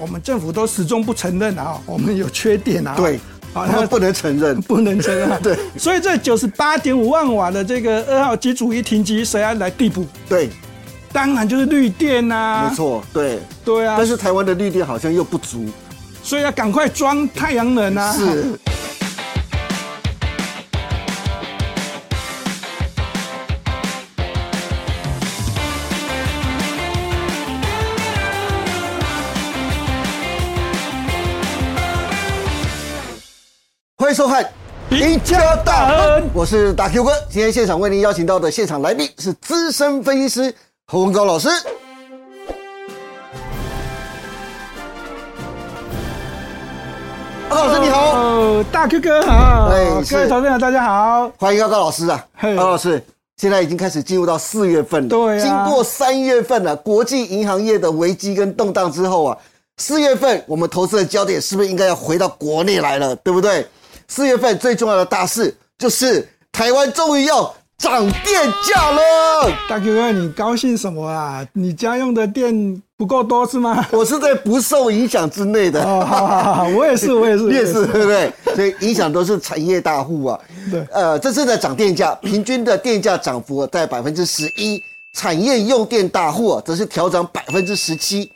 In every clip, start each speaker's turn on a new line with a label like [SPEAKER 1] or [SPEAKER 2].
[SPEAKER 1] 我们政府都始终不承认啊，我们有缺点啊。
[SPEAKER 2] 对，
[SPEAKER 1] 好，
[SPEAKER 2] 他
[SPEAKER 1] 那
[SPEAKER 2] 们不能承认。
[SPEAKER 1] 不能承认啊。
[SPEAKER 2] 对
[SPEAKER 1] 所以这九十八点五万瓦的这个二号机组一停机，谁要来递补？
[SPEAKER 2] 对，
[SPEAKER 1] 当然就是绿电呐、啊。
[SPEAKER 2] 没。错，对。
[SPEAKER 1] 对啊
[SPEAKER 2] 但，是台湾的绿电好像又不足。
[SPEAKER 1] 所以要赶快装太阳能啊。。
[SPEAKER 2] 是。欢迎收看《
[SPEAKER 1] 赢家大亨
[SPEAKER 2] 我是大 Q 哥。今天现场为您邀请到的现场来宾是资深分析师侯文高老师。啊高老师你好。
[SPEAKER 1] 哦，大 Q 哥好，
[SPEAKER 2] 哎是
[SPEAKER 1] 各位投资者大家好。
[SPEAKER 2] 欢迎高高老师啊，
[SPEAKER 1] 嘿
[SPEAKER 2] 高老师，现在已经开始进入到四月份了。
[SPEAKER 1] 对啊
[SPEAKER 2] 经过三月份了、国际银行业的危机跟动荡之后啊，四月份我们投资的焦点是不是应该要回到国内来了，对不对？四月份最重要的大事就是台湾终于要涨电价了。
[SPEAKER 1] 大 Q 哥，你高兴什么啊？你家用的电不够多是 吗？
[SPEAKER 2] 我是在不受影响之内的。
[SPEAKER 1] 哦，好好好，我也是，我也是，
[SPEAKER 2] 劣势，对不对？所以影响都是产业大户啊。
[SPEAKER 1] 对
[SPEAKER 2] 呃，这次的涨电价，平均的电价涨幅在百分之十一，产业用电大户啊，则是调涨百分之十七。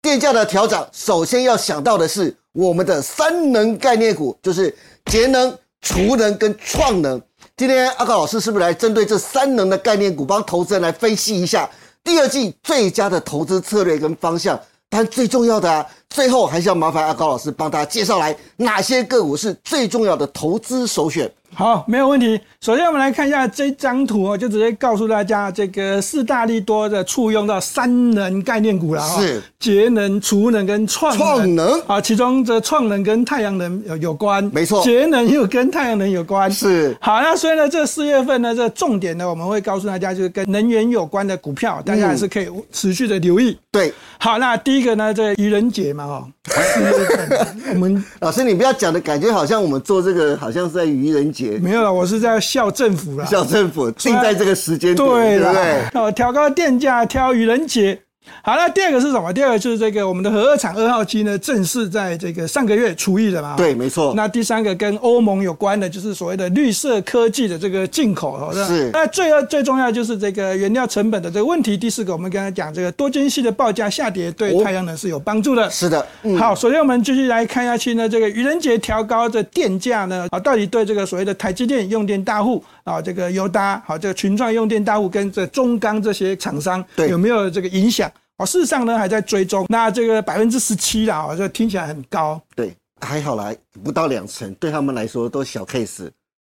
[SPEAKER 2] 电价的调涨，首先要想到的是我们的三能概念股，就是节能、储能跟创能。今天啊阿高老师是不是来针对这三能的概念股，帮投资人来分析一下第二季最佳的投资策略跟方向？但最重要的啊，最后还是要麻烦啊阿高老师帮大家介绍来哪些个股是最重要的投资首选。
[SPEAKER 1] 好，没有问题。首先，我们来看一下这张图哦，就直接告诉大家这个四大利多的促用到三能概念股了哈、
[SPEAKER 2] 是
[SPEAKER 1] 节能、储能跟创能
[SPEAKER 2] 创能
[SPEAKER 1] 啊，其中这创能跟太阳能有有关，
[SPEAKER 2] 没错
[SPEAKER 1] 节能又跟太阳能有关，
[SPEAKER 2] 是
[SPEAKER 1] 好，那所以呢，这四月份呢，这重点呢，我们会告诉大家就是跟能源有关的股票，大家还是可以持续的留意。
[SPEAKER 2] 对，
[SPEAKER 1] 好，那第一个呢，这愚人节嘛， 哦，四月份我们
[SPEAKER 2] 老师你不要讲的感觉好像我们做这个好像是在愚人 节，
[SPEAKER 1] 没有了，我是在笑政府啦。
[SPEAKER 2] 小政府定在这个时 间点，
[SPEAKER 1] 对
[SPEAKER 2] 对不
[SPEAKER 1] 啦
[SPEAKER 2] 对？，
[SPEAKER 1] 哦，调高电价，挑愚人节。好，那第二个是什么？第二个就是这个我们的核二厂二号机呢，正式在这个上个月除役了嘛。
[SPEAKER 2] 对，。没错。
[SPEAKER 1] 啊那第三个跟欧盟有关的，就是所谓的绿色科技的这个进口哦。吧
[SPEAKER 2] 是
[SPEAKER 1] 那最二最重要就是这个原料成本的这个问题。第四个，我们刚才讲这个多晶系的报价下跌对
[SPEAKER 2] 哦
[SPEAKER 1] 太阳能是有帮助的。
[SPEAKER 2] 是的，嗯，
[SPEAKER 1] 好，首先我们继续来看下去呢，这个愚人节调高的电价呢，啊，到底对这个所谓的台积电用电大户啊，这个友达，好、这个群创用电大户跟这中钢这些厂商
[SPEAKER 2] 对
[SPEAKER 1] 有没有这个影响？哦，事实上呢还在追踪，那这个百分之十七啦，哦，这听起来很高，
[SPEAKER 2] 对，还好啦，不到两成，对他们来说都小 case。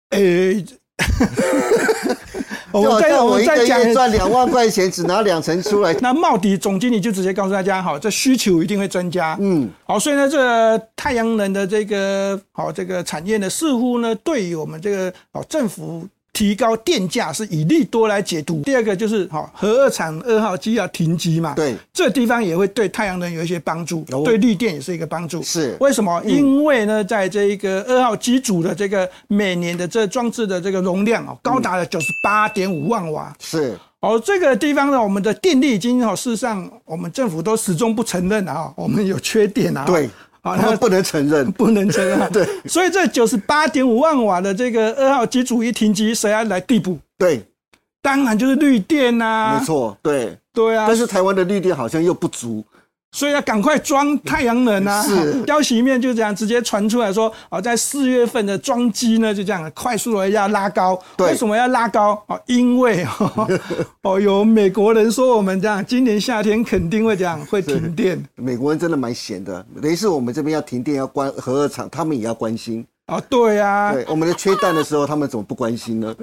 [SPEAKER 1] 诶、 哦我们
[SPEAKER 2] 就好
[SPEAKER 1] 再
[SPEAKER 2] 像
[SPEAKER 1] 我
[SPEAKER 2] 我
[SPEAKER 1] 们
[SPEAKER 2] 一
[SPEAKER 1] 再
[SPEAKER 2] 个
[SPEAKER 1] 讲
[SPEAKER 2] 月赚两万块钱，只拿两成出来，
[SPEAKER 1] 那茂迪总经理就直接告诉大家，好，这需求一定会增加。
[SPEAKER 2] 嗯，
[SPEAKER 1] 好，所以呢，这个太阳能的这个好这个产业呢，似乎呢，对于我们这个哦政府提高电价是以利多来解读。第二个就是好核二厂二号机要停机嘛，
[SPEAKER 2] 对，
[SPEAKER 1] 这地方也会对太阳能有一些帮助，
[SPEAKER 2] 哦
[SPEAKER 1] 对绿电也是一个帮助。
[SPEAKER 2] 是
[SPEAKER 1] 为什么？因为呢，在这一个二号机组的这个每年的这装置的这个容量哦，高达了九十八点五万瓦。
[SPEAKER 2] 是
[SPEAKER 1] 哦，这个地方呢，我们的电力已经哦，事实上我们政府都始终不承认啊，我们有缺电啊。
[SPEAKER 2] 对，
[SPEAKER 1] 好，
[SPEAKER 2] 他
[SPEAKER 1] 那
[SPEAKER 2] 们不能承认。
[SPEAKER 1] 不能承认啊。
[SPEAKER 2] 对，
[SPEAKER 1] 所以这九十八点五万瓦的这个二号机组一停机，谁要来递补？
[SPEAKER 2] 对，
[SPEAKER 1] 当然就是绿电呐、啊。
[SPEAKER 2] 没，错，对。
[SPEAKER 1] 对啊
[SPEAKER 2] 但。是台湾的绿电好像又不足，
[SPEAKER 1] 所以要赶快装太阳能啊。
[SPEAKER 2] 是
[SPEAKER 1] 消息面就这样直接传出来说，哦，在四月份的装机呢，就这样快速的要拉高。
[SPEAKER 2] 对
[SPEAKER 1] 为什么要拉高？哦，因为 哦哦，有美国人说我们这样，今年夏天肯定会这样会停电。
[SPEAKER 2] 美国人真的蛮闲的。等于是我们这边要停电要关核二厂，他们也要关心。
[SPEAKER 1] 哦，对啊。
[SPEAKER 2] 对，我们的缺蛋的时候，他们怎么不关心呢？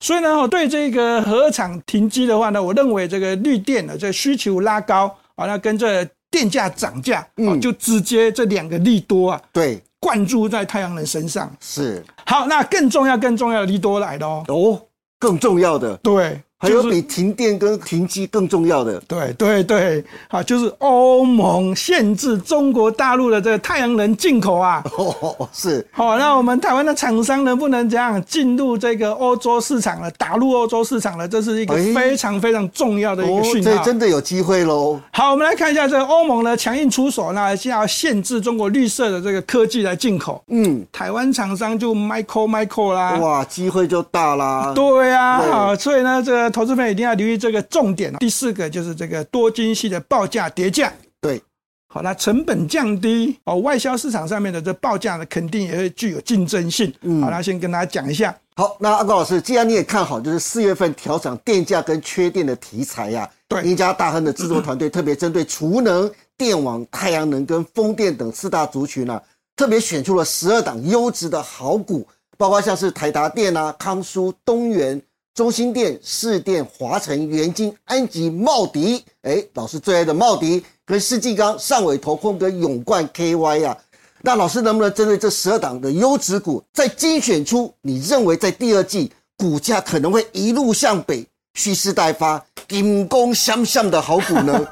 [SPEAKER 1] 所以呢，我对这个核厂停机的话呢，我认为这个绿电的这个需求拉高啊，那跟这电价涨价啊，
[SPEAKER 2] 嗯
[SPEAKER 1] 就直接这两个利多啊，
[SPEAKER 2] 对，
[SPEAKER 1] 灌注在太阳能身上。
[SPEAKER 2] 是
[SPEAKER 1] 好，那更重要、更重要的利多来了哦。
[SPEAKER 2] 哦。更重要的，
[SPEAKER 1] 对，
[SPEAKER 2] 还有比停电跟停机更重要的。
[SPEAKER 1] 对对对，啊，就是欧盟限制中国大陆的这个太阳能进口啊。
[SPEAKER 2] 哦，是
[SPEAKER 1] 好、那我们台湾的厂商能不能这样进入这个欧洲市场了，打入欧洲市场了？这是一个
[SPEAKER 2] 哎
[SPEAKER 1] 非常非常重要的一
[SPEAKER 2] 哦
[SPEAKER 1] 个，讯
[SPEAKER 2] 这
[SPEAKER 1] 号。
[SPEAKER 2] 真的有机会喽。
[SPEAKER 1] 好，我们来看一下这个欧盟呢强硬出手，那现在要限制中国绿色的这个科技来进口。
[SPEAKER 2] 嗯，
[SPEAKER 1] 台湾厂商就 Michael Michael 啦，
[SPEAKER 2] 哇，机会就大啦。
[SPEAKER 1] 对啊，
[SPEAKER 2] 对
[SPEAKER 1] 好，所以呢，这个投资朋友一定要留意这个重点。哦第四个就是这个多晶系的报价叠价。
[SPEAKER 2] 对，
[SPEAKER 1] 好，那成本降低哦，外销市场上面的这报价呢，肯定也会具有竞争性。
[SPEAKER 2] 嗯
[SPEAKER 1] 好，那先跟大家讲一下。
[SPEAKER 2] 好，那阿高老师，既然你也看好，就是四月份调涨电价跟缺电的题材呀、
[SPEAKER 1] 对
[SPEAKER 2] 英家大亨的制作团队特别针对储能、电网、太阳能跟风电等四大族群呢、啊，特别选出了十二档优质的好股，包括像是台达电啊、康舒、东元、中兴电、市电、华晨、元晶、安吉、茂迪，哎，老师最爱的茂迪跟世纪钢、上尾投控跟永冠啊 KY 呀、那老师能不能针对这十二档的优质股，再精选出你认为在第二季股价可能会一路向北、蓄势待发、金攻相向的好股呢？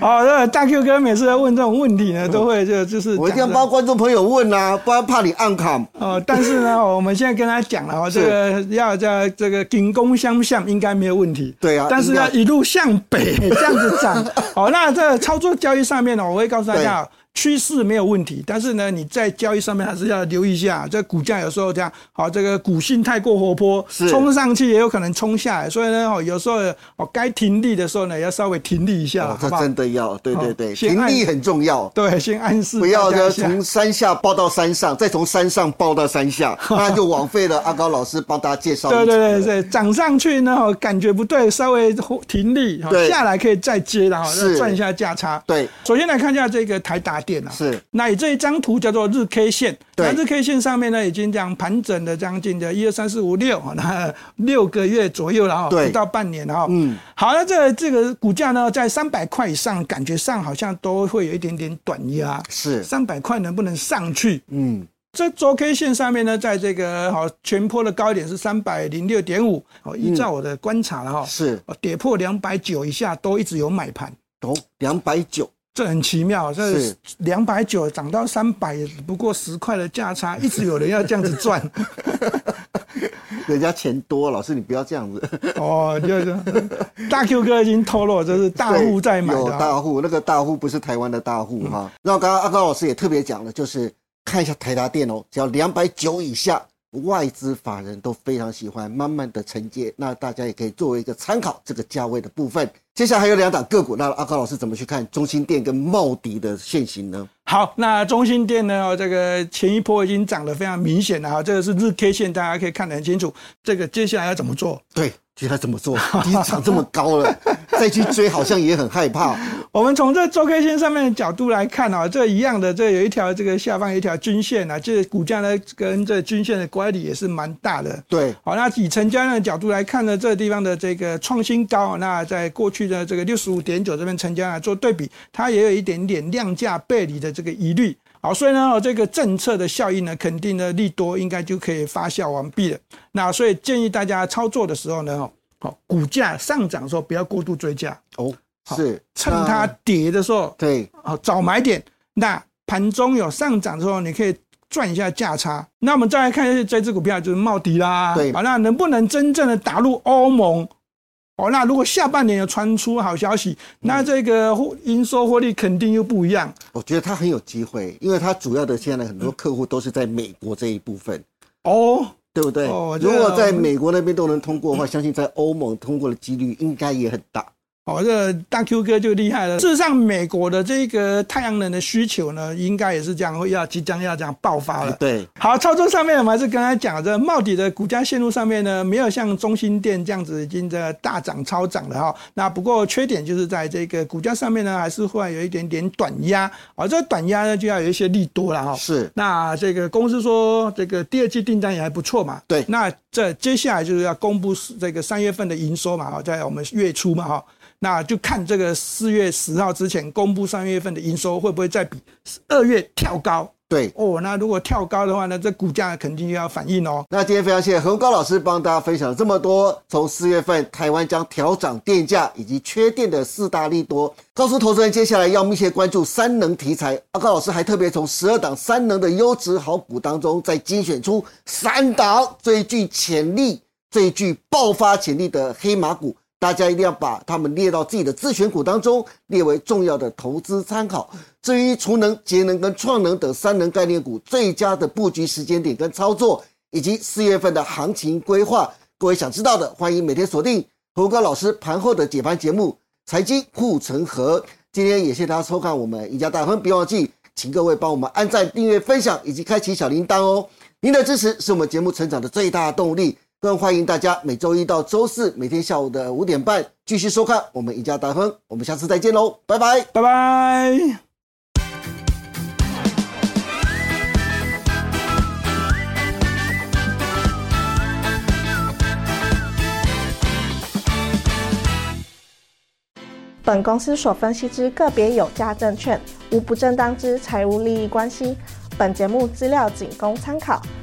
[SPEAKER 1] 好，哦那大 Q 哥每次在问这种问题呢，都会就就是
[SPEAKER 2] 嗯我一定要
[SPEAKER 1] 讲
[SPEAKER 2] 帮观众朋友问啊，不然怕你暗砍。
[SPEAKER 1] 哦，但是呢，我们现在跟他讲了哦，这个要在这个顶攻相向应该没有问题。
[SPEAKER 2] 对啊
[SPEAKER 1] 但是
[SPEAKER 2] 应该
[SPEAKER 1] 要一路向北 这样子涨。 好，那在操作交易上面呢，我会告诉大家哦。趋势没有问题，但是呢，你在交易上面还是要留意一下，这股价有时候这样，好，这个股性太过活泼，
[SPEAKER 2] 是
[SPEAKER 1] 冲上去也有可能冲下来，所以呢，哦，有时候哦，该停利的时候呢，也要稍微停利一下，
[SPEAKER 2] 哦
[SPEAKER 1] 好
[SPEAKER 2] 这
[SPEAKER 1] 不好？
[SPEAKER 2] 真的要，对对对，
[SPEAKER 1] 好先
[SPEAKER 2] 停
[SPEAKER 1] 按
[SPEAKER 2] 力很重要，
[SPEAKER 1] 对，先暗示
[SPEAKER 2] 不要
[SPEAKER 1] 大家
[SPEAKER 2] 呢
[SPEAKER 1] 一下
[SPEAKER 2] 从山下抱到山上，再从山上抱到山 下，那就枉费了阿高老师帮大家介绍。
[SPEAKER 1] 对对对，对，涨上去呢，哦感觉不对，稍微停利，哦
[SPEAKER 2] 对
[SPEAKER 1] 下来可以再接，然后
[SPEAKER 2] 是
[SPEAKER 1] 再赚一下价差。
[SPEAKER 2] 对
[SPEAKER 1] 首先来看一下这个台达电啊，
[SPEAKER 2] 是
[SPEAKER 1] 那以这一张图叫做日 K 线，
[SPEAKER 2] 对
[SPEAKER 1] 那日 K 线上面呢已经这样盘整的将近的一二三四五六，哦 那六个月左右了哈，
[SPEAKER 2] 对
[SPEAKER 1] 不到半年了哈。
[SPEAKER 2] 嗯，
[SPEAKER 1] 好，那这个这个股价呢在三百块以上，感觉上好像都会有一点点短压，
[SPEAKER 2] 是，
[SPEAKER 1] 三百块能不能上去？
[SPEAKER 2] 嗯，
[SPEAKER 1] 这周 K 线上面呢，在这个好全坡的高点是三百零六点五，哦，依
[SPEAKER 2] 嗯
[SPEAKER 1] 照我的观察了哈、
[SPEAKER 2] 是
[SPEAKER 1] 哦，跌破两百九以下都一直有买盘，
[SPEAKER 2] 哦，两百九，
[SPEAKER 1] 这很奇妙，啊这
[SPEAKER 2] 是
[SPEAKER 1] 两百九涨到三百，不过十块的价差，一直有人要这样子 赚，
[SPEAKER 2] 人家钱多，老师你不要这样子。
[SPEAKER 1] 哦，就是大 Q 哥已经透露，这是大户在买
[SPEAKER 2] 对
[SPEAKER 1] 的
[SPEAKER 2] 有
[SPEAKER 1] 啊、嗯
[SPEAKER 2] 大户，那个大户不是台湾的大户哈。那刚刚阿高老师也特别讲了，就是看一下台达电哦，只要两百九以下，外资法人都非常喜欢，慢慢的承接。那大家也可以作为一个参考这个价位的部分。接下来还有两档个股，那阿高老师怎么去看中心店跟茂迪的现 形呢？
[SPEAKER 1] 好，那中心店呢？哦，这个前一波已经涨得非常明显了哈，这个是日 K 线，大家可以看得很清楚。这个接下来要怎么做？
[SPEAKER 2] 对，觉得怎么做？底涨这么高了，再去追好像也很害怕。
[SPEAKER 1] 我们从这周 K 线上面的角度来看啊、这一样的，这有一条这个下方有一条均线啊，这股价呢跟这均线的乖离也是蛮大的。
[SPEAKER 2] 对，
[SPEAKER 1] 好，那以成交量的角度来看呢，这地方的这个创新高，那在过去的这个六十五点九这边成交量做对比，它也有一点点量价背离的这个疑虑。好，所以呢，哦这个政策的效应呢，肯定呢利多应该就可以发酵完毕了。那所以建议大家操作的时候呢，哦，好，股价上涨的时候不要过度追加，
[SPEAKER 2] 哦，是
[SPEAKER 1] 趁它
[SPEAKER 2] 那
[SPEAKER 1] 跌的时候，
[SPEAKER 2] 对。
[SPEAKER 1] 好早买点。那盘中有上涨的时候，你可以赚一下价差。那我们再来看一下这只股票，就是茂迪啦。
[SPEAKER 2] 对
[SPEAKER 1] 好，那能不能真正的打入欧盟？哦，那如果下半年有传出好消息，那这个获营收获利肯定又不一样
[SPEAKER 2] 我觉得它很有机会，因为它主要的现在很多客户都是在美国这一部分，
[SPEAKER 1] 哦。
[SPEAKER 2] 对不对？
[SPEAKER 1] 哦我觉
[SPEAKER 2] 如
[SPEAKER 1] 得
[SPEAKER 2] 果在美国那边都能通过的话，相信在欧盟通过的几率应该也很大。
[SPEAKER 1] 哦，这个大 Q 哥就厉害了。事实上，美国的这个太阳能的需求呢，应该也是这样，会要即将要这样爆发了。
[SPEAKER 2] 对，
[SPEAKER 1] 好，操作上面我们还是刚才讲的，茂底的股价线路上面呢，没有像中心店这样子已经的大涨超涨了哈。那不过缺点就是在这个股价上面呢，还是会有一点点短压，而、这个短压呢就要有一些利多了哈。
[SPEAKER 2] 是
[SPEAKER 1] 那这个公司说这个第二季订单也还不错嘛，
[SPEAKER 2] 对
[SPEAKER 1] 那这接下来就是要公布这个三月份的营收嘛，哈，在我们月初嘛，哈，那就看这个四月十号之前公布三月份的营收会不会再比二月跳高。
[SPEAKER 2] 对，
[SPEAKER 1] 哦，那如果跳高的话呢，这股价肯定就要反应哦。
[SPEAKER 2] 那今天非常谢谢何高老师帮大家分享了这么多，从四月份台湾将调涨电价以及缺电的四大利多，告诉投资人接下来要密切关注三能题材。阿高老师还特别从十二档三能的优质好股当中再精选出三档最具潜力、最具爆发潜力的黑马股。大家一定要把它们列到自己的自选股当中，列为重要的投资参考。至于储能、节能跟创能等三能概念股最佳的布局时间点跟操作，以及四月份的行情规划，各位想知道的，欢迎每天锁定胡高老师盘后的解盘节目《财经护城河》。今天也谢谢大家收看我们赢家大亨，别忘记请各位帮我们按赞、订阅、分享以及开启小铃铛哦。您的支持是我们节目成长的最大动力。更欢迎大家每周一到周四每天下午的五点半继续收看我们赢家大亨，我们下次再见喽，拜拜。
[SPEAKER 1] 拜拜。
[SPEAKER 3] 本公司所分析之个别有价证券，无不正当之财务利益关系。本节目资料仅供参考，